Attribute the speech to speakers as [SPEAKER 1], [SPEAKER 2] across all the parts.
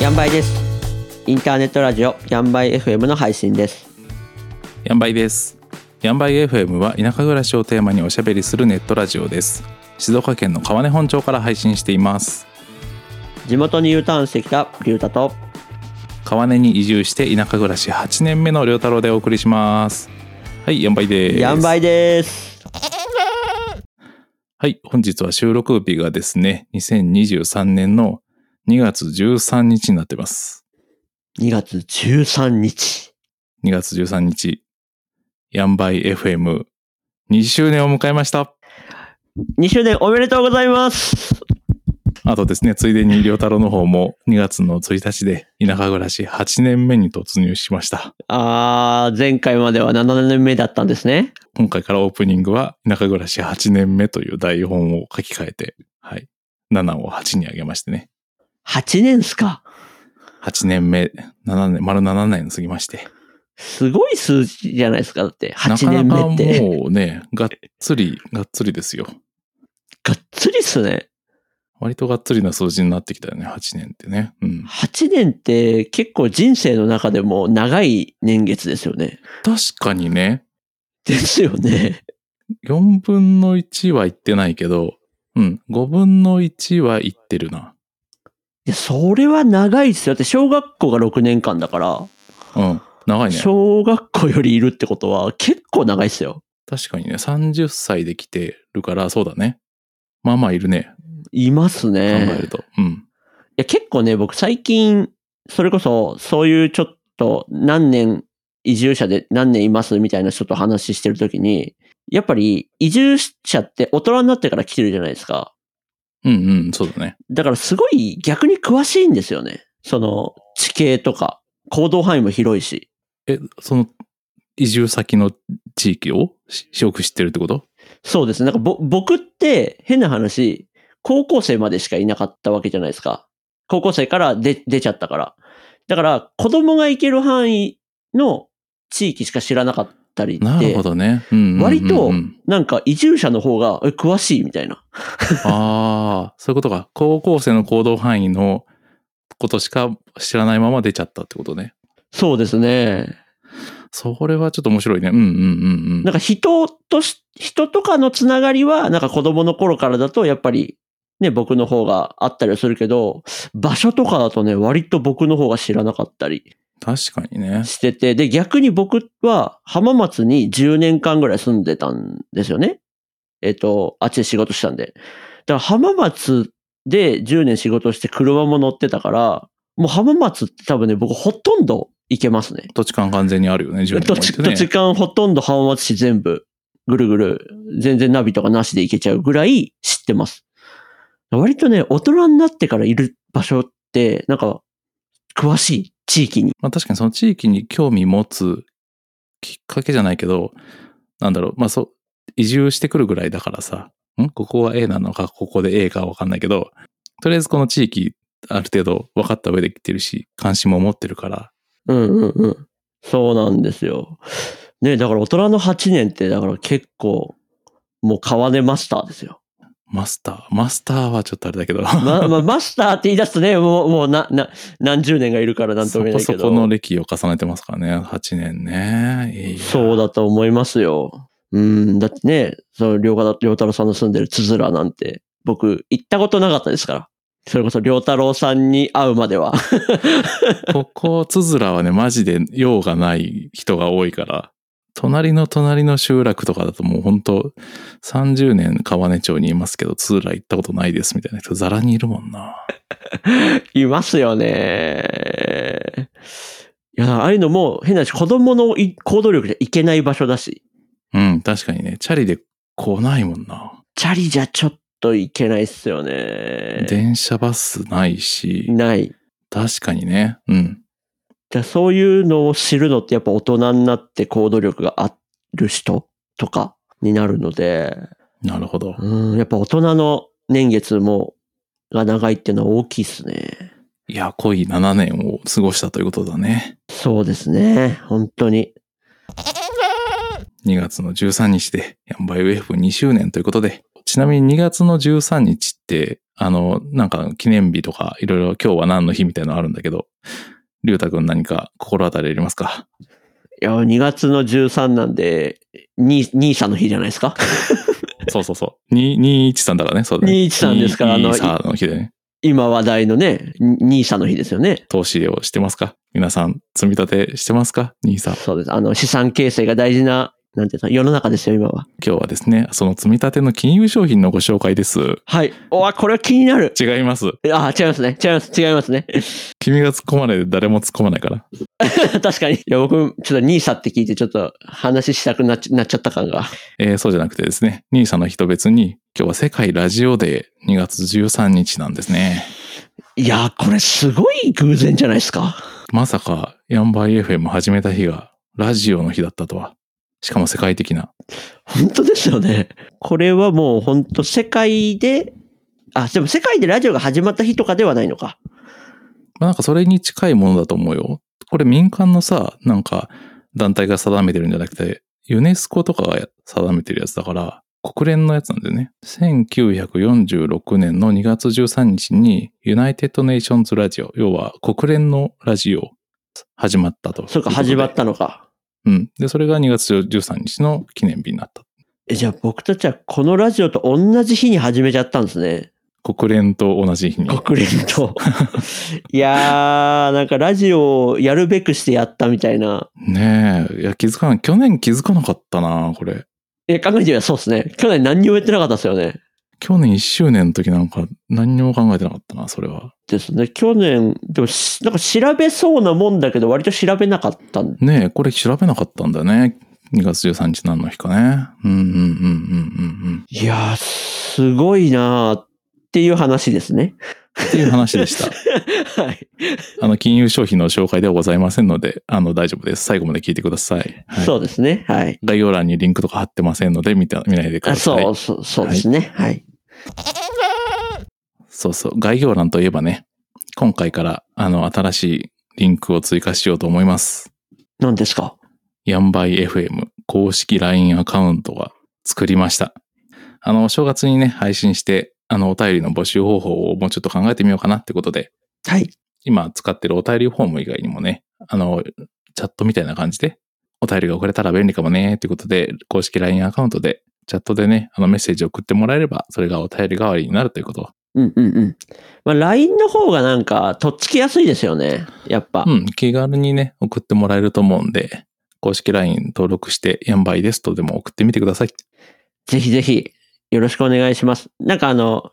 [SPEAKER 1] ヤンバイですインターネットラジオヤンバイ FM の配信です
[SPEAKER 2] ヤンバイです。ヤンバイ FM は田舎暮らしをテーマにおしゃべりするネットラジオです。静岡県の川根本町から配信しています。
[SPEAKER 1] 地元に U ターンしてきたリュウタと
[SPEAKER 2] 川根に移住して田舎暮らし8年目の良太郎でお送りします。はい、ヤンバイです。
[SPEAKER 1] ヤンバイです
[SPEAKER 2] はい、本日は収録日がですね、2023年の2月13日になってます。
[SPEAKER 1] 2月13日
[SPEAKER 2] 2月13日、ヤンバイ FM2 周年を迎えました。
[SPEAKER 1] 2周年おめでとうございます
[SPEAKER 2] あとですね、ついでに良太郎の方も2月の1日で田舎暮らし8年目に突入しました。
[SPEAKER 1] あー前回までは7年目だったんですね
[SPEAKER 2] 今回からオープニングは田舎暮らし8年目という台本を書き換えて、はい、7を8に上げましてね、
[SPEAKER 1] 8年っすか
[SPEAKER 2] 8年目、7年、丸7年過ぎまして。
[SPEAKER 1] すごい数字じゃないですかだって8年
[SPEAKER 2] なか
[SPEAKER 1] 目
[SPEAKER 2] な
[SPEAKER 1] っ
[SPEAKER 2] か
[SPEAKER 1] て
[SPEAKER 2] もうね、がっつり、がっつりですよ。
[SPEAKER 1] がっつりっすね
[SPEAKER 2] 割とがっつりな数字になってきたよね、8年ってね。うん。
[SPEAKER 1] 8年って結構人生の中でも長い年月ですよね。
[SPEAKER 2] 確かにね、
[SPEAKER 1] ですよね。
[SPEAKER 2] 4分の1は行ってないけど、うん、5分の1は行ってるな。
[SPEAKER 1] いや、それは長いですよ。だって小学校が6年間だから、
[SPEAKER 2] うん、長いね。
[SPEAKER 1] 小学校よりいるってことは結構長いですよ。
[SPEAKER 2] 確かにね、30歳で来てるから、そうだね。まあまあいるね、
[SPEAKER 1] います
[SPEAKER 2] 考
[SPEAKER 1] ね。
[SPEAKER 2] えると。うん。
[SPEAKER 1] いや、結構ね、僕最近、それこそ、そういうちょっと何年移住者で何年いますみたいな人と話してるときに、やっぱり移住者って大人になってから来てるじゃないですか。
[SPEAKER 2] うんうん、そうだね。
[SPEAKER 1] だからすごい逆に詳しいんですよね。その地形とか行動範囲も広いし。
[SPEAKER 2] え、その、移住先の地域をしよく知ってるってこと
[SPEAKER 1] そうですね。なんかぼ僕って変な話、高校生までしかいなかったわけじゃないですか。高校生から出出ちゃったから。だから子供が行ける範囲の地域しか知らなかったりって。
[SPEAKER 2] なるほどね。うんうんうんうん
[SPEAKER 1] 割となんか移住者の方がえ詳しいみたいな。
[SPEAKER 2] ああ、そういうことか。高校生の行動範囲のことしか知らないまま出ちゃったってことね。
[SPEAKER 1] そうですね。
[SPEAKER 2] それはちょっと面白いね。うんうんうんう。
[SPEAKER 1] なんんか人とし、人とかのつながりは、なんか子供の頃からだと、やっぱり、ね、僕の方があったりはするけど、場所とかだとね、割と僕の方が知らなかったり
[SPEAKER 2] 確かにね。
[SPEAKER 1] してて、で、逆に僕は浜松に10年間ぐらい住んでたんですよね。えっ、と、あっちで仕事したんで。だから浜松で10年仕事して車も乗ってたから、もう浜松って多分ね、僕ほとんど行けますね。
[SPEAKER 2] 土地勘完全にあるよね、10年
[SPEAKER 1] 土
[SPEAKER 2] も行っ
[SPEAKER 1] 地
[SPEAKER 2] てね。
[SPEAKER 1] 土地間ほとんど浜松市全部、ぐるぐる、全然ナビとかなしで行けちゃうぐらい知ってます。割とね、大人になってからいる場所って、なんか、詳しい地域に。
[SPEAKER 2] まあ確かにその地域に興味持つきっかけじゃないけど、なんだろう、まあそう、移住してくるぐらいだからさ、んここは A なのか、ここで A かわかんないけど、とりあえずこの地域、ある程度分かった上で来てるし、関心も持ってるから、
[SPEAKER 1] うんうんうん。そうなんですよ。ね、だから大人の8年って、だから結構、もう川根マスターです よ。
[SPEAKER 2] マスター、マスターはちょっとあれだけど、
[SPEAKER 1] ま、まあ、マスターって言い出すとね、もう、もうな、な、何十年がいるからなんと
[SPEAKER 2] そ
[SPEAKER 1] も言え
[SPEAKER 2] こ
[SPEAKER 1] ないけ
[SPEAKER 2] そ
[SPEAKER 1] ど。
[SPEAKER 2] この歴を重ねてますからね、8年ね。いや
[SPEAKER 1] そうだと思いますよ。うん、だってね、その、りょうか、りょうたろうさんの住んでるつづらなんて、僕、行ったことなかったですから。それこそ、りょうたろうさんに会うまでは。
[SPEAKER 2] ここ、つづらはね、マジで用がない人が多いから、隣の隣の集落とかだともう本当30年川根町にいますけど、つづら行ったことないですみたいな人、ざらにいるもんな。
[SPEAKER 1] いますよね。いや、ああいうのも、変なし、子供のい行動力じゃいけない場所だし、
[SPEAKER 2] うん、確かにね、チャリで来ないもんな。
[SPEAKER 1] チャリじゃちょっといけないっすよね。
[SPEAKER 2] 電車バスないし、
[SPEAKER 1] ない。
[SPEAKER 2] 確かにね、うん。
[SPEAKER 1] だからそういうのを知るのってやっぱ大人になって行動力がある人とかになるので、
[SPEAKER 2] なるほど。
[SPEAKER 1] うん、やっぱ大人の年月も、が長いっていうのは大きいですね。
[SPEAKER 2] いや、濃い7年を過ごしたということだね。
[SPEAKER 1] そうですね。本当に。
[SPEAKER 2] 2月の13日で、ヤンバイウェーブ2周年ということで、ちなみに2月の13日って、あの、なんか記念日とか、いろいろ今日は何の日みたいなのあるんだけど、りゅうたくん何か心当たりありますか
[SPEAKER 1] いや、2月の13なんで、に兄さんの日じゃないですか
[SPEAKER 2] そうそうそう。2、213だからね、そうだね。
[SPEAKER 1] 213ですからあの
[SPEAKER 2] 213の日でね。
[SPEAKER 1] 今話題のね、兄さんの日ですよね。
[SPEAKER 2] 投資をしてますか皆さん、積み立てしてますか ?NISA。
[SPEAKER 1] そうです。あの、資産形成が大事な、なんていうの、世の中ですよ、今は。
[SPEAKER 2] 今日はですね、その積み立ての金融商品のご紹介です。
[SPEAKER 1] はい。おわ、これは気になる。
[SPEAKER 2] 違います。
[SPEAKER 1] あ、違いますね。違います。違いますね。
[SPEAKER 2] 君が突っ込まないで誰も突っ込まないから。
[SPEAKER 1] 確かに。いや、僕、ちょっと NISA って聞いて、ちょっと話したくなっちなっちゃった感が。
[SPEAKER 2] えーそうじゃなくてですね、NISA の日と別に、今日は世界ラジオデー2月13日なんですね。
[SPEAKER 1] いや、これすごい偶然じゃないですか。
[SPEAKER 2] まさか、ヤンバイ FM 始めた日がラジオの日だったとは。しかも世界的な。
[SPEAKER 1] 本当ですよね。これはもう本当世界で、あ、でも世界でラジオが始まった日とかではないのか。
[SPEAKER 2] まあ、なんかそれに近いものだと思うよ。これ民間のさ、なんか団体が定めてるんじゃなくて、ユネスコとかが定めてるやつだから、国連のやつなんだよね。1946年の2月13日に、ユナイテッド・ネーションズ・ラジオ、要は国連のラジオ、始まったと。
[SPEAKER 1] そうか、始まっ。たのか。
[SPEAKER 2] うん。で、それが2月13日の記念日になった。
[SPEAKER 1] え、じゃあ僕たちはこのラジオと同じ日に始めちゃったんですね。
[SPEAKER 2] 国連と同じ日に。
[SPEAKER 1] 国連と。 いやー、なんかラジオをやるべくしてやったみたいな。
[SPEAKER 2] ねえ。いや、気づかない。去年気づかなかったな、これ。
[SPEAKER 1] え、考えてみればそうですね。去年何にもやってなかったですよね。
[SPEAKER 2] 去年1周年の時なんか何にも考えてなかったな、それは。
[SPEAKER 1] ですね。去年、でもし、なんか調べそうなもんだけど、割と調べなかったん
[SPEAKER 2] ねえ、これ調べなかったんだよね。2月13日何の日かね。うんうんうんうんうんうん。
[SPEAKER 1] いやー、すごいなーっていう話ですね。
[SPEAKER 2] っていう話で した。
[SPEAKER 1] はい、
[SPEAKER 2] あの、金融商品の紹介ではございませんので、あの、大丈夫です。最後まで聞いてください。はい
[SPEAKER 1] そうですね。はい。
[SPEAKER 2] 概要欄にリンクとか貼ってませんので、見た見ないでくだ
[SPEAKER 1] あ
[SPEAKER 2] さい。
[SPEAKER 1] そう、そう、そうですね。はい。
[SPEAKER 2] そうそう。概要欄といえばね、今回から、あの、新しいリンクを追加しようと思います。
[SPEAKER 1] 何ですか
[SPEAKER 2] ヤンバイ FM 公式 LINE アカウントが作りました。あの、お正月にね、配信して、あの、お便りの募集方法をもうちょっと考えてみようかなってことで、
[SPEAKER 1] はい。
[SPEAKER 2] 今使ってるお便りフォーム以外にもね、あの、チャットみたいな感じで、お便りが送れたら便利かもね、ということで、公式 LINE アカウントで、チャットでね、あのメッセージを送ってもらえれば、それがお便り代わりになるということ。
[SPEAKER 1] うんうんうん。まあ、LINE の方がなんか、とっつきやすいですよね。やっぱ。
[SPEAKER 2] うん、気軽にね、送ってもらえると思うんで、公式 LINE 登録して、ヤンバイですとでも送ってみてください。
[SPEAKER 1] ぜひぜひ、よろしくお願いします。なんかあの、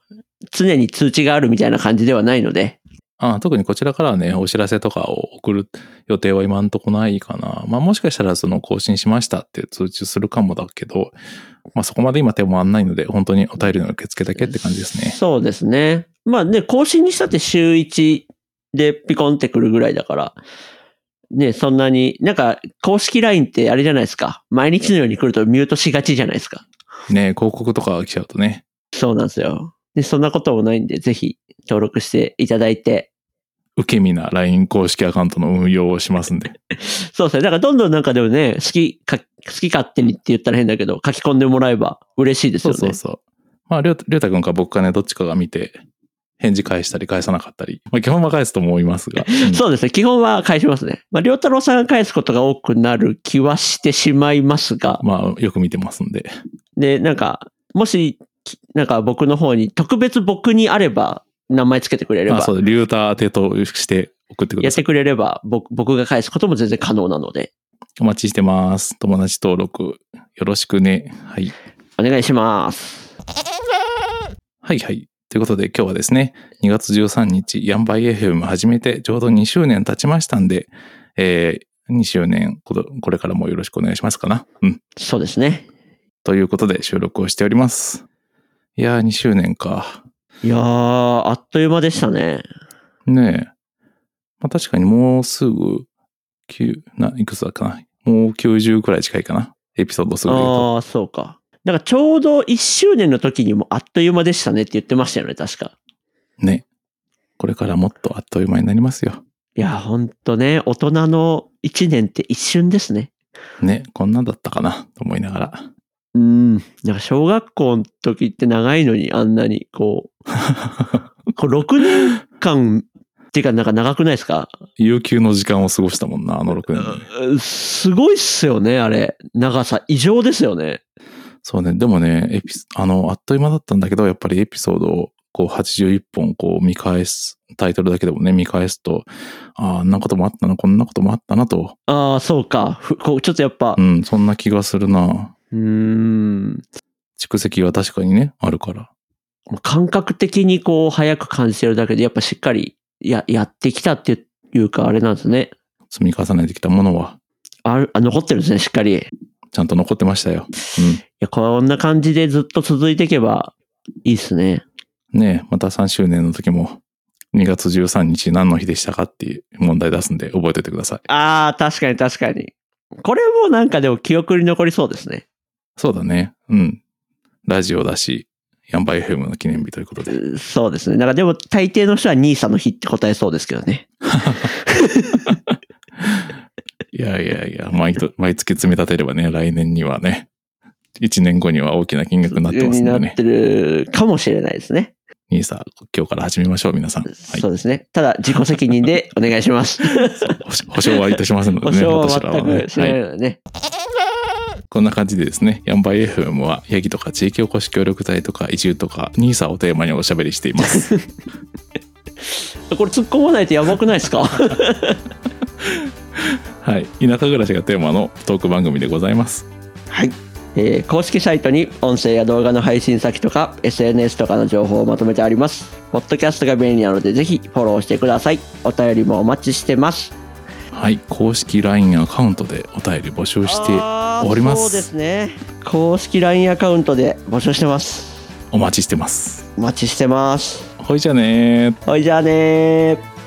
[SPEAKER 1] 常に通知があるみたいな感じではないので。
[SPEAKER 2] ああ特にこちらからはね、お知らせとかを送る予定は今んとこないかな。まあもしかしたらその更新しましたって通知するかもだけど、まあそこまで今手もあんないので、本当にお便りの受付だけって感じですね。
[SPEAKER 1] そうですね。まあね、更新にしたって週1でピコンってくるぐらいだから、ね、そんなに、なんか、公式 LINE ってあれじゃないですか。毎日のように来るとミュートしがちじゃないですか。
[SPEAKER 2] ね広告とかが来ちゃうとね。
[SPEAKER 1] そうなんですよ。で、そんなこともないんで、ぜひ登録していただいて。
[SPEAKER 2] 受け身な LINE 公式アカウントの運用をしますんで。
[SPEAKER 1] そうですね。だからどんどんなんかでもね、好き、か好き勝手にって言ったら変だけど、書き込んでもらえば嬉しいです
[SPEAKER 2] そ
[SPEAKER 1] よ
[SPEAKER 2] う
[SPEAKER 1] ね。
[SPEAKER 2] そうそう。まあ、りょうりょうたくんか僕かね、どっちかが見て、返事返したり返さなかったり。まあ基本は返すと思いますが。うん
[SPEAKER 1] そうですね。基本は返しますね。まあ、りょうたろうさんが返すことが多くなる気はしてしまいますが、
[SPEAKER 2] まあよく見てますんで。
[SPEAKER 1] で、なんか、もし、きなんか僕の方に、特別僕にあれば、名前つけてくれれ
[SPEAKER 2] まあ
[SPEAKER 1] ば
[SPEAKER 2] そ、う、リューター手として送ってくだ
[SPEAKER 1] やっ
[SPEAKER 2] さい
[SPEAKER 1] て。くれれば、僕僕が返すことも全然可能なので、
[SPEAKER 2] お待ちしてます。友達登録よろしくね。はい。
[SPEAKER 1] お願いします。
[SPEAKER 2] はいはい。ということで今日はですね、2月13日、ヤンバイ FM 始めてちょうど2周年経ちましたんで、えー、2周年こど、これからもよろしくお願いしますかな。うん。
[SPEAKER 1] そうですね。
[SPEAKER 2] ということで収録をしております。いやー、2周年か。
[SPEAKER 1] いやー、あっという間でしたね。
[SPEAKER 2] ねえ。まあ確かにもうすぐ、9、な、いくつだかな。もう90くらい近いかな。エピソードすぐ言うと。
[SPEAKER 1] ああ、そうか。だからちょうど1周年の時にもあっという間でしたねって言ってましたよね、確か。
[SPEAKER 2] ね。これからもっとあっという間になりますよ。
[SPEAKER 1] いや、ほんとね、大人の1年って一瞬ですね。
[SPEAKER 2] ね、こんなんだったかなと思いながら。
[SPEAKER 1] うん。なんか小学校の時って長いのにあんなに、こう、こう6年間っていうかなんか長くないですか
[SPEAKER 2] 悠久の時間を過ごしたもんな、あの6年。
[SPEAKER 1] うんすごいっすよね、あれ。長さ、異常ですよね。
[SPEAKER 2] そうね、でもね、エピソあの、あっという間だったんだけど、やっぱりエピソードを、こう、81本、こう、見返す、タイトルだけでもね、見返すと、ああ、あんなこともあったな、こんなこともあったなと、
[SPEAKER 1] ああ、そうか。ふこうちょっとやっぱ
[SPEAKER 2] う、ん、そんな気がするな。
[SPEAKER 1] うーん、
[SPEAKER 2] 蓄積は確かにね、あるから。
[SPEAKER 1] 感覚的にこう、早く感じてるだけで、やっぱしっかりややってきたっていうか、あれなんですね。
[SPEAKER 2] 積み重ねてきたものは、
[SPEAKER 1] あるあ残ってるんですね、しっかり。い
[SPEAKER 2] ちゃんと残ってましたよ。
[SPEAKER 1] や、こんな感じでずっと続いていけばいいっすね。
[SPEAKER 2] うん。ねえまた3周年の時も、2月13日何の日でしたかっていう問題出すんで、覚えておいてください。
[SPEAKER 1] ああ、確かに確かに。これもなんかでも記憶に残りそうですね。
[SPEAKER 2] そうだね。うん。ラジオだし、ヤンバイ FM の記念日ということで。
[SPEAKER 1] うそうですね。なんかでも大抵の人は兄さんの日って答えそうですけどね。
[SPEAKER 2] いやいやいや、毎 と毎月積み立てればね、来年にはね、1年後には大きな金額になってますん
[SPEAKER 1] に
[SPEAKER 2] で
[SPEAKER 1] なっ
[SPEAKER 2] ね。
[SPEAKER 1] てるかもしれないですね。
[SPEAKER 2] 兄さん、今日から始めましょう、皆さん。はい。
[SPEAKER 1] そうですね。ただ自己責任 でお願いします。
[SPEAKER 2] 保証保証はいたしますので
[SPEAKER 1] 保
[SPEAKER 2] ね、
[SPEAKER 1] 証は
[SPEAKER 2] 私らはね
[SPEAKER 1] 全くしないのでね。
[SPEAKER 2] こんな感じでですね、ヤンバイ FM は、ヤギとか地域おこし協力隊とか移住とか、ニーサをテーマにおしゃべりしています。
[SPEAKER 1] これ突っ込まないとやばくないですか
[SPEAKER 2] はい。田舎暮らしがテーマのトーク番組でございます。
[SPEAKER 1] はい。えー公式サイトに音声や動画の配信先とか SNS とかの情報をまとめてあります。ポッドキャストが便利なのでぜひフォローしてください。お便りもお待ちしてます。
[SPEAKER 2] はい。公式 LINE アカウントでお便り募集しておりま
[SPEAKER 1] そう
[SPEAKER 2] す。
[SPEAKER 1] ですね。公式 LINE アカウントで募集してます。
[SPEAKER 2] お待ちしてます。
[SPEAKER 1] お待ちしてます。
[SPEAKER 2] ほいじゃあねー。
[SPEAKER 1] ほいじゃあねー。